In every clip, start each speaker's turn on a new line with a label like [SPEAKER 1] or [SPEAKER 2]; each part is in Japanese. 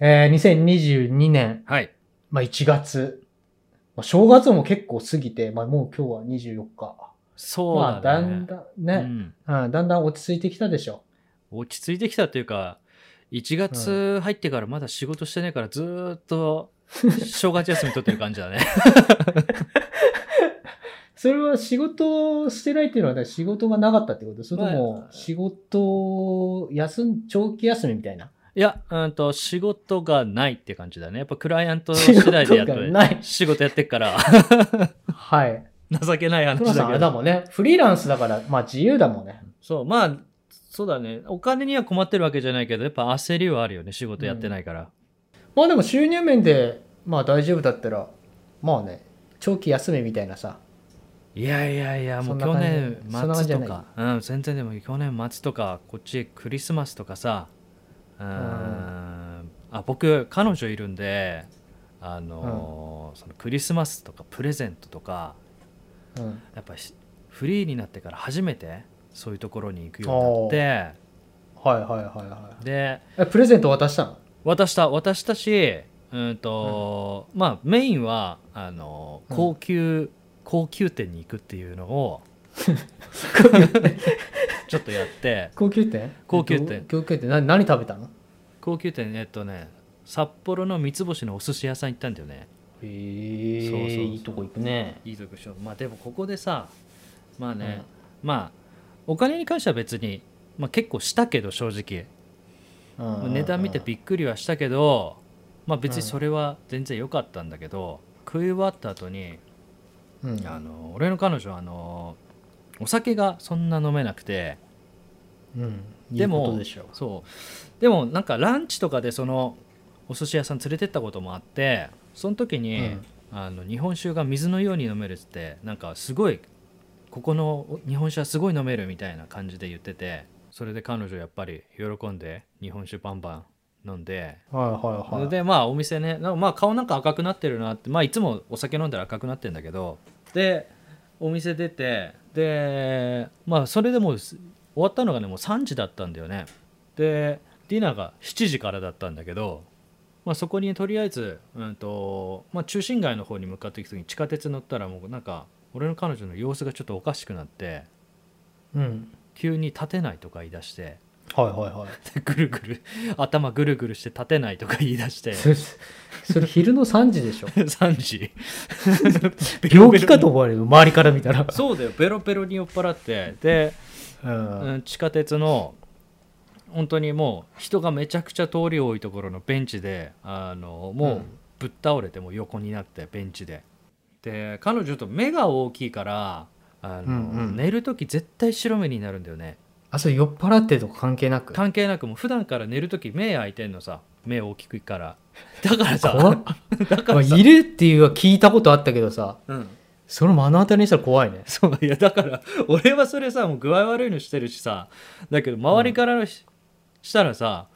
[SPEAKER 1] えー、2022年、
[SPEAKER 2] はい。
[SPEAKER 1] まあ、1月。まあ、正月も結構過ぎて、まあ、もう今日は24日。
[SPEAKER 2] そう
[SPEAKER 1] まあ、だ
[SPEAKER 2] だ
[SPEAKER 1] ん
[SPEAKER 2] ね。
[SPEAKER 1] だんね、
[SPEAKER 2] うん
[SPEAKER 1] うんだんだん落ち着いてきたでしょ。
[SPEAKER 2] 落ち着いてきたというか、1月入ってからまだ仕事してないからずーっと正月休み取ってる感じだね。
[SPEAKER 1] それは仕事をしてないっていうのは、ね、仕事がなかったってことそれと
[SPEAKER 2] ま
[SPEAKER 1] も、
[SPEAKER 2] あ
[SPEAKER 1] 仕事を休ん、長期休みみたいな。
[SPEAKER 2] いや、うんと、仕事がないって感じだね。やっぱクライアント次第でやっと
[SPEAKER 1] 仕事がない
[SPEAKER 2] 仕事やってっから、
[SPEAKER 1] はい。
[SPEAKER 2] 情けない
[SPEAKER 1] トラさ
[SPEAKER 2] 話
[SPEAKER 1] ん、
[SPEAKER 2] だ
[SPEAKER 1] あ
[SPEAKER 2] け
[SPEAKER 1] れだ
[SPEAKER 2] ど。
[SPEAKER 1] もんね。フリーランスだから、まあ自由だもんね。
[SPEAKER 2] そう、まあ、そうだね。お金には困ってるわけじゃないけど、やっぱ焦りはあるよね。仕事やってないから。
[SPEAKER 1] まあでも収入面で、まあ大丈夫だったら、まあね、長期休みみたいなさ。
[SPEAKER 2] いやいやいや、もう
[SPEAKER 1] そんな
[SPEAKER 2] 去
[SPEAKER 1] 感じ
[SPEAKER 2] 年
[SPEAKER 1] そんな感じじ
[SPEAKER 2] 末
[SPEAKER 1] ゃ
[SPEAKER 2] と
[SPEAKER 1] ない
[SPEAKER 2] か、うん、全然でもいい去年末とか、こっちクリスマスとかさ、うーん、あ僕、彼女いるんで、あのーそのクリスマスとかプレゼントとか、
[SPEAKER 1] うん。
[SPEAKER 2] やっぱしフリーになってから初めてそういうところに行くようになっ
[SPEAKER 1] はいはいはいは
[SPEAKER 2] て、で、
[SPEAKER 1] い。え、プレゼント渡したの
[SPEAKER 2] 渡した、渡したし、うんと、まあ、メインは、あのー
[SPEAKER 1] うん
[SPEAKER 2] 高級、高級店に行くっていうのを、ちょっとやって、
[SPEAKER 1] 高級店
[SPEAKER 2] 高級店
[SPEAKER 1] えっと高級店な何食べたの
[SPEAKER 2] 高級店えっとね札幌の三つ星のお寿司屋さん行ったんだよね
[SPEAKER 1] へえ
[SPEAKER 2] そうそうそう
[SPEAKER 1] いいとこ行くね
[SPEAKER 2] いいとこしょまあでもここでさまあね、まあお金に関しては別に、まあ、結構したけど正直、まあ値段見てびっくりはしたけど、まあ別にそれは全然良かったんだけど、食い終わった後に
[SPEAKER 1] うんうん
[SPEAKER 2] あの俺の彼女はあのお酒がそんな飲めなくて
[SPEAKER 1] うん
[SPEAKER 2] でも
[SPEAKER 1] いいことでしょ
[SPEAKER 2] そうでもなんかランチとかでそのお寿司屋さん連れてったこともあってその時に、
[SPEAKER 1] うん
[SPEAKER 2] あの日本酒が水のように飲めるっつってなんかすごいここのお日本酒はすごい飲めるみたいな感じで言っててそれで彼女やっぱり喜んで日本酒バンバン飲んで、
[SPEAKER 1] はいはいはい
[SPEAKER 2] でまあお店ねなまあ顔なんか赤くなってるなってまあいつもお酒飲んだら赤くなってんだけどでお店出てでまあそれでもうす終わったのがねもう3時だったんだよねでディナーが7時からだったんだけど、まあ、そこにとりあえず、うんとまあ、中心街の方に向かっていく時に地下鉄乗ったらもうなんか俺の彼女の様子がちょっとおかしくなって
[SPEAKER 1] うん
[SPEAKER 2] 急に立てないとか言い出して
[SPEAKER 1] はいはいはい
[SPEAKER 2] でぐるぐる頭ぐるぐるして立てないとか言い出して
[SPEAKER 1] それそれ昼の3時で しょ
[SPEAKER 2] 3時
[SPEAKER 1] 病気かと思われるよ周りから見たら
[SPEAKER 2] そうだよベロベロに酔っ払ってで、
[SPEAKER 1] うん
[SPEAKER 2] うん地下鉄の本当にもう人がめちゃくちゃ通り多いところのベンチであのも
[SPEAKER 1] う
[SPEAKER 2] うんぶっ倒れてもう横になってベンチでで彼女ちょっと目が大きいから
[SPEAKER 1] う
[SPEAKER 2] あの、
[SPEAKER 1] んうん
[SPEAKER 2] 寝る時絶対白目になるんだよね
[SPEAKER 1] あそれ酔っ払ってとか関係なく
[SPEAKER 2] 関係なくもう普段から寝る時目開いてんのさ目大きくからだからさ
[SPEAKER 1] 怖っ
[SPEAKER 2] だ
[SPEAKER 1] ま
[SPEAKER 2] か
[SPEAKER 1] あ
[SPEAKER 2] らさ、
[SPEAKER 1] いるっていうのは聞いたことあったけどさ
[SPEAKER 2] うん
[SPEAKER 1] それ目の当たりにしたら怖いね
[SPEAKER 2] そういやだから俺はそれさもう具合悪いのしてるしさだけど周りからし,、したらさ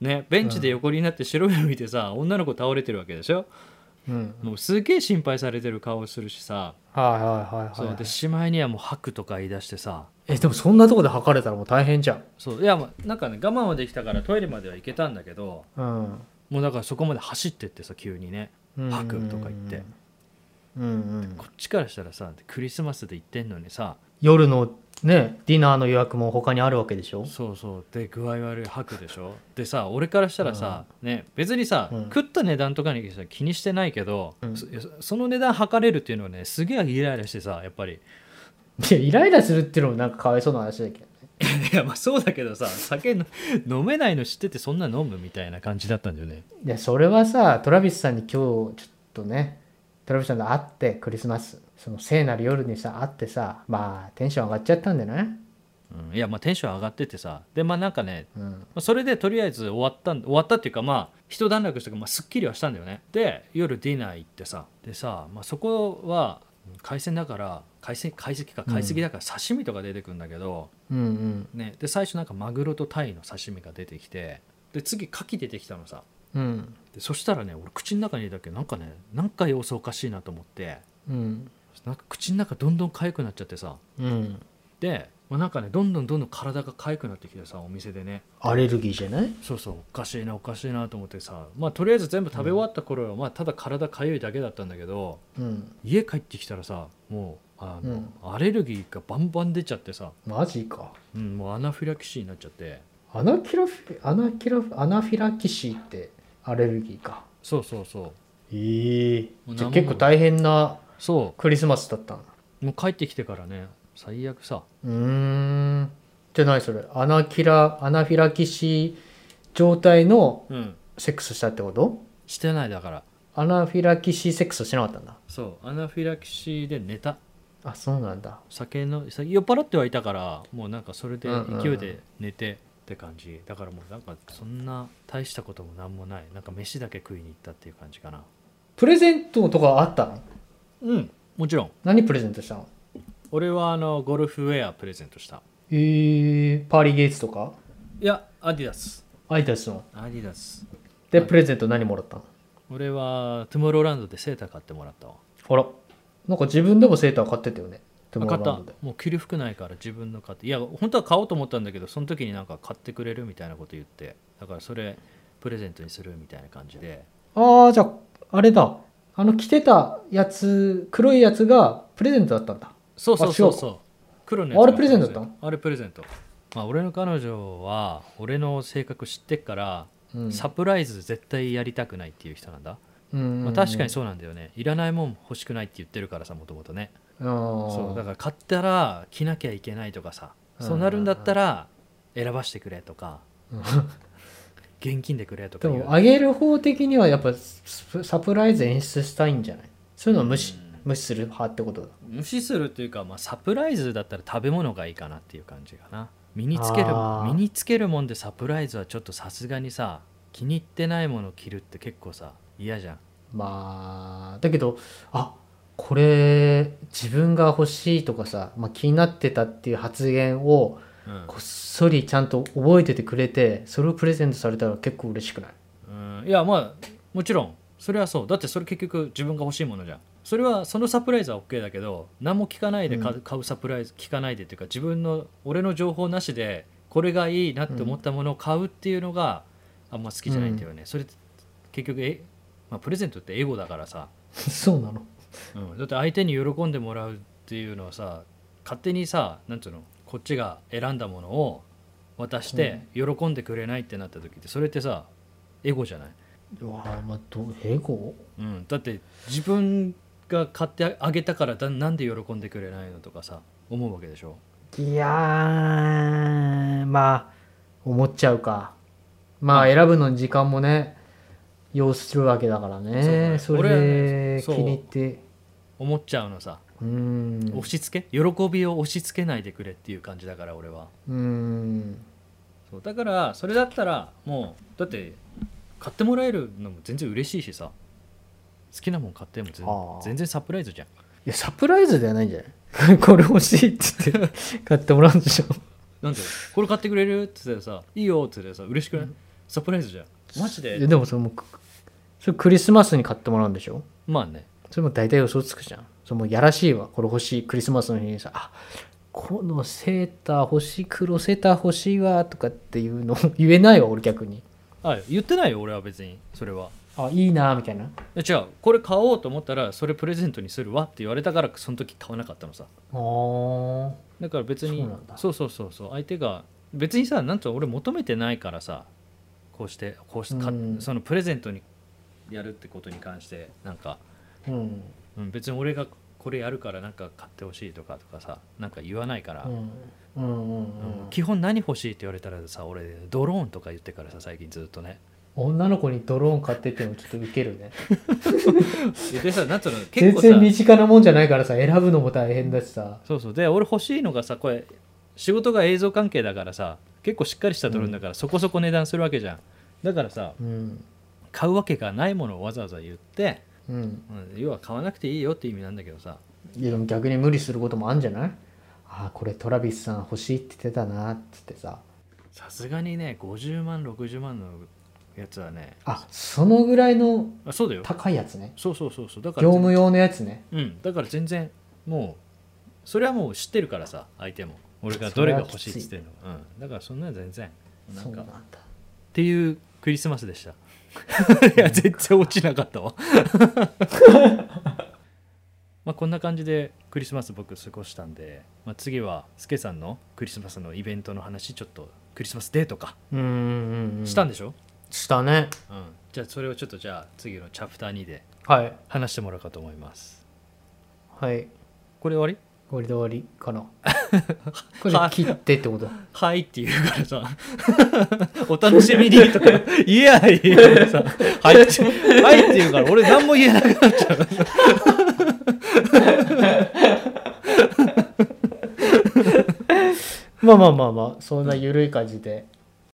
[SPEAKER 2] ねベンチで横になって白いの見てさ、女の子倒れてるわけでしょ
[SPEAKER 1] うん
[SPEAKER 2] もうすげえ心配されてる顔するしさ、
[SPEAKER 1] はいはいはいはい
[SPEAKER 2] そうでしまいにはもう吐くとか言い出してさ
[SPEAKER 1] えでもそんなとこで測れたらもう大変じゃん
[SPEAKER 2] そういやまあなんかね我慢はできたからトイレまでは行けたんだけど
[SPEAKER 1] うん
[SPEAKER 2] もうだからそこまで走ってってさ急にね
[SPEAKER 1] うん
[SPEAKER 2] 吐くとか言って
[SPEAKER 1] うんうん
[SPEAKER 2] こっちからしたらさクリスマスで行ってんのにさ
[SPEAKER 1] 夜のねディナーの予約も他にあるわけでしょ
[SPEAKER 2] そうそうで具合悪い吐くでしょでさ俺からしたらさ、ね、別にさ、
[SPEAKER 1] うん
[SPEAKER 2] 食った値段とかにさ気にしてないけど、
[SPEAKER 1] うん
[SPEAKER 2] そその値段測れるっていうのはねすげえイライラしてさやっぱり
[SPEAKER 1] いやイライラするっていうのもなんかかわいそうな話だけどね
[SPEAKER 2] いやまあそうだけどさ酒の 飲めないの知っててそんな飲むみたいな感じだったんだよね
[SPEAKER 1] いやそれはさトラビスさんに今日ちょっとねトラビスさんと会ってクリスマスその聖なる夜にさ会ってさまあテンション上がっちゃったんだよね
[SPEAKER 2] うん、いやまあテンション上がっててさでまあなんかね
[SPEAKER 1] うん
[SPEAKER 2] まあそれでとりあえず終わったん終わったっていうかまあ一段落したからまあすっきりはしたんだよねで夜ディナー行ってさでさ、まあ、そこは海鮮だから海鮮海鮮か
[SPEAKER 1] うん
[SPEAKER 2] 海鮮だから刺身とか出てくるんだけど、
[SPEAKER 1] うんうん
[SPEAKER 2] ねで最初なんかマグロとタイの刺身が出てきてで次牡蠣出てきたのさ
[SPEAKER 1] うん
[SPEAKER 2] でそしたらね俺口の中に入れたけどなんかねなんか様子おかしいなと思って
[SPEAKER 1] うん
[SPEAKER 2] なんか口の中どんどん痒くなっちゃってさ
[SPEAKER 1] うん
[SPEAKER 2] でまあ、なんかねどんどんどんどん体が痒くなってきてさお店でね
[SPEAKER 1] アレルギーじゃない
[SPEAKER 2] そうそうおかしいなおかしいなと思ってさまあとりあえず全部食べ終わった頃は、まあただ体痒いだけだったんだけど
[SPEAKER 1] うん
[SPEAKER 2] 家帰ってきたらさもうあの、
[SPEAKER 1] うん
[SPEAKER 2] アレルギーがバンバン出ちゃってさ、
[SPEAKER 1] マジか
[SPEAKER 2] うん、もうアナフィラキシーになっちゃって
[SPEAKER 1] アナキラフィアナキラフアナフィラキシーってアレルギーか
[SPEAKER 2] そうそうそう
[SPEAKER 1] ええ
[SPEAKER 2] もう何も
[SPEAKER 1] じゃあ結構大変な
[SPEAKER 2] そ
[SPEAKER 1] クリスマスだったの
[SPEAKER 2] うもう帰ってきてからね最悪さ
[SPEAKER 1] うーんじゃないそれアナキラアナフィラキシー状態の
[SPEAKER 2] うん
[SPEAKER 1] セックスしたってこと
[SPEAKER 2] してないだから
[SPEAKER 1] アナフィラキシーセックスしてなかったんだ
[SPEAKER 2] そうアナフィラキシーで寝た
[SPEAKER 1] あそうなんだ
[SPEAKER 2] 酒のさ酔っ払ってはいたからもうなんかそれで勢いで寝てって感じ、だからもうなんかそんな大したこともなんもないなんか飯だけ食いに行ったっていう感じかな
[SPEAKER 1] プレゼントとかあったの
[SPEAKER 2] うんもちろん
[SPEAKER 1] 何プレゼントしたの
[SPEAKER 2] 俺はあのゴルフウェアプレゼントした
[SPEAKER 1] えー、パーリーゲイツとか
[SPEAKER 2] いやアディダス
[SPEAKER 1] アイダスの
[SPEAKER 2] アディダス
[SPEAKER 1] でプレゼント何もらったの
[SPEAKER 2] 俺はトゥモローランドでセーター買ってもらったわ
[SPEAKER 1] あらなんか自分でもセーター買ってたよねトゥモロ
[SPEAKER 2] 買っ
[SPEAKER 1] ーラ
[SPEAKER 2] た
[SPEAKER 1] ンドで
[SPEAKER 2] もう着る服ないから自分の買っていや本当は買おうと思ったんだけどその時になんか買ってくれるみたいなこと言ってだからそれプレゼントにするみたいな感じで
[SPEAKER 1] ああじゃああれだあの着てたやつ黒いやつがプレゼントだったんだ
[SPEAKER 2] そうそうそう
[SPEAKER 1] あ違
[SPEAKER 2] そう黒のやつ
[SPEAKER 1] あれプレゼントだったの
[SPEAKER 2] あれプレゼントまあ俺の彼女は俺の性格知ってっから、
[SPEAKER 1] うん
[SPEAKER 2] サプライズ絶対やりたくないっていう人なんだ、
[SPEAKER 1] うん
[SPEAKER 2] まあ、確かにそうなんだよねいらないもん欲しくないって言ってるからさもともとね
[SPEAKER 1] そ
[SPEAKER 2] そうだから買ったら着なきゃいけないとかさそうなるんだったら選ばしてくれとか 現金でくれとか
[SPEAKER 1] で
[SPEAKER 2] いう
[SPEAKER 1] もあげる方的にはやっぱスサプライズ演出したいんじゃないそういうのを無視、
[SPEAKER 2] うん
[SPEAKER 1] 無視する派ってことだ
[SPEAKER 2] 無視するというか、まあ、サプライズだったら食べ物がいいかなっていう感じかな身につける
[SPEAKER 1] あー
[SPEAKER 2] 身につけるもんでサプライズはちょっとさすがにさ気に入ってないもの着るって結構さ嫌じゃん
[SPEAKER 1] まあだけどあこれ自分が欲しいとかさ、まあ、気になってたっていう発言を
[SPEAKER 2] うん
[SPEAKER 1] こっそりちゃんと覚えててくれてそれをプレゼントされたら結構嬉しく ない
[SPEAKER 2] うんいやまあもちろんそれはそうだってそれ結局自分が欲しいものじゃんそれはそのサプライズは OK だけど何も聞かないで買う,、買うサプライズ聞かないでっていうか自分の俺の情報なしでこれがいいなって思ったものを買うっていうのがあんま好きじゃないんだよね、それって結局え、まあ、プレゼントってエゴだからさ、
[SPEAKER 1] そうなの
[SPEAKER 2] うん、だって相手に喜んでもらうっていうのはさ勝手にさなんていうのこっちが選んだものを渡して喜んでくれないってなった時ってそれってさエゴじゃないう
[SPEAKER 1] わあまあどうエゴ
[SPEAKER 2] うん、だって自分が買ってあげたからだなんで喜んでくれないのとかさ思うわけでしょ
[SPEAKER 1] いやーまあ思っちゃうかまあ選ぶのに時間もね要するわけだから
[SPEAKER 2] そうだ
[SPEAKER 1] ね
[SPEAKER 2] ね
[SPEAKER 1] そ
[SPEAKER 2] 俺は
[SPEAKER 1] れ
[SPEAKER 2] ね
[SPEAKER 1] で気
[SPEAKER 2] そう
[SPEAKER 1] に入って
[SPEAKER 2] 思っちゃうのさ、
[SPEAKER 1] うーん
[SPEAKER 2] 押し付け喜びを押し付けないでくれっていう感じだから俺は
[SPEAKER 1] うーん
[SPEAKER 2] そうだからそれだったらもうだって買ってもらえるのも全然嬉しいしさ好きなもん買っても全
[SPEAKER 1] ああ
[SPEAKER 2] 全然サプライズじゃん
[SPEAKER 1] いやサプライズではないんじゃないこれ欲しいって言って買ってもらうんでしょ
[SPEAKER 2] なんでこれ買ってくれるって言ったらさいいよって言ったらさ嬉しくない、サプライズじゃんマジ
[SPEAKER 1] い
[SPEAKER 2] で
[SPEAKER 1] やでもそれもうそれクリスマスに買ってもらうんでしょ
[SPEAKER 2] まあね
[SPEAKER 1] それも大体嘘つくじゃんそれもうやらしいわこれ欲しいクリスマスの日にさあこのセーター欲しい黒セーター欲しいわとかっていうの言えないわ俺逆に
[SPEAKER 2] あ言ってないよ俺は別にそれは
[SPEAKER 1] あいいなみたいな
[SPEAKER 2] え違うこれ買おうと思ったらそれプレゼントにするわって言われたからその時買わなかったのさ
[SPEAKER 1] あ
[SPEAKER 2] だから別に
[SPEAKER 1] そうなんだ
[SPEAKER 2] そうそうそうそう相手が別にさなんつうの俺求めてないからさこうしてこうしてか
[SPEAKER 1] うん
[SPEAKER 2] そのプレゼントにやるってことに関してなんか、
[SPEAKER 1] うん、
[SPEAKER 2] うん、別に俺がこれやるからなんか買ってほしいとかとかさなんか言わないから、
[SPEAKER 1] う
[SPEAKER 2] うん
[SPEAKER 1] んうんうんうん
[SPEAKER 2] 基本何欲しいって言われたらさ俺ドローンとか言ってからさ最近ずっとね
[SPEAKER 1] 女の子にドローン買ってってもちょっとウケるね
[SPEAKER 2] えでさなんつうの結
[SPEAKER 1] 全
[SPEAKER 2] 構
[SPEAKER 1] 然
[SPEAKER 2] さ
[SPEAKER 1] 身近なもんじゃないからさ選ぶのも大変だしさ
[SPEAKER 2] そうそうで俺欲しいのがさこれ仕事が映像関係だからさ結構しっかりしたドローンだから、そこそこ値段するわけじゃんだからさ
[SPEAKER 1] うん
[SPEAKER 2] 買うわけがないものをわざわざ言って、
[SPEAKER 1] うん
[SPEAKER 2] うん要は買わなくていいよって意味なんだけどさ
[SPEAKER 1] いやでも逆に無理することもあるんじゃないあこれトラビスさん欲しいって言ってたなっつってさ
[SPEAKER 2] さすがにね50万60万のやつはね
[SPEAKER 1] あそのぐらいの
[SPEAKER 2] あそうだよ
[SPEAKER 1] 高いやつね
[SPEAKER 2] そうそうそうそうだから
[SPEAKER 1] 業務用のやつね
[SPEAKER 2] うんだから全然もうそれはもう知ってるからさ相手も俺がどれが欲しいっつってんのうん、だからそんなの全然な
[SPEAKER 1] そ
[SPEAKER 2] ん
[SPEAKER 1] う
[SPEAKER 2] か
[SPEAKER 1] なん
[SPEAKER 2] っ
[SPEAKER 1] だ
[SPEAKER 2] て いうクリスマスでしたいや全然落ちなかったわ まあこんな感じでクリスマス僕過ごしたんで、まあ、次はスケさんのクリスマスのイベントの話ちょっとクリスマスデーとか
[SPEAKER 1] うんうんうん
[SPEAKER 2] したんでしょ、
[SPEAKER 1] したね
[SPEAKER 2] うんじゃあそれをちょっとじゃあ次のチャプター2で
[SPEAKER 1] はい
[SPEAKER 2] 話してもらおうかと思います
[SPEAKER 1] はい
[SPEAKER 2] これ終わり
[SPEAKER 1] これで終わりか なこれ切ってってこと
[SPEAKER 2] はいって言うからさ、 お楽しみにとか言え ないよさ、はいって、はいって言うから俺何も言えなくなっちゃう。
[SPEAKER 1] まあまあまあまあそんな緩い感じで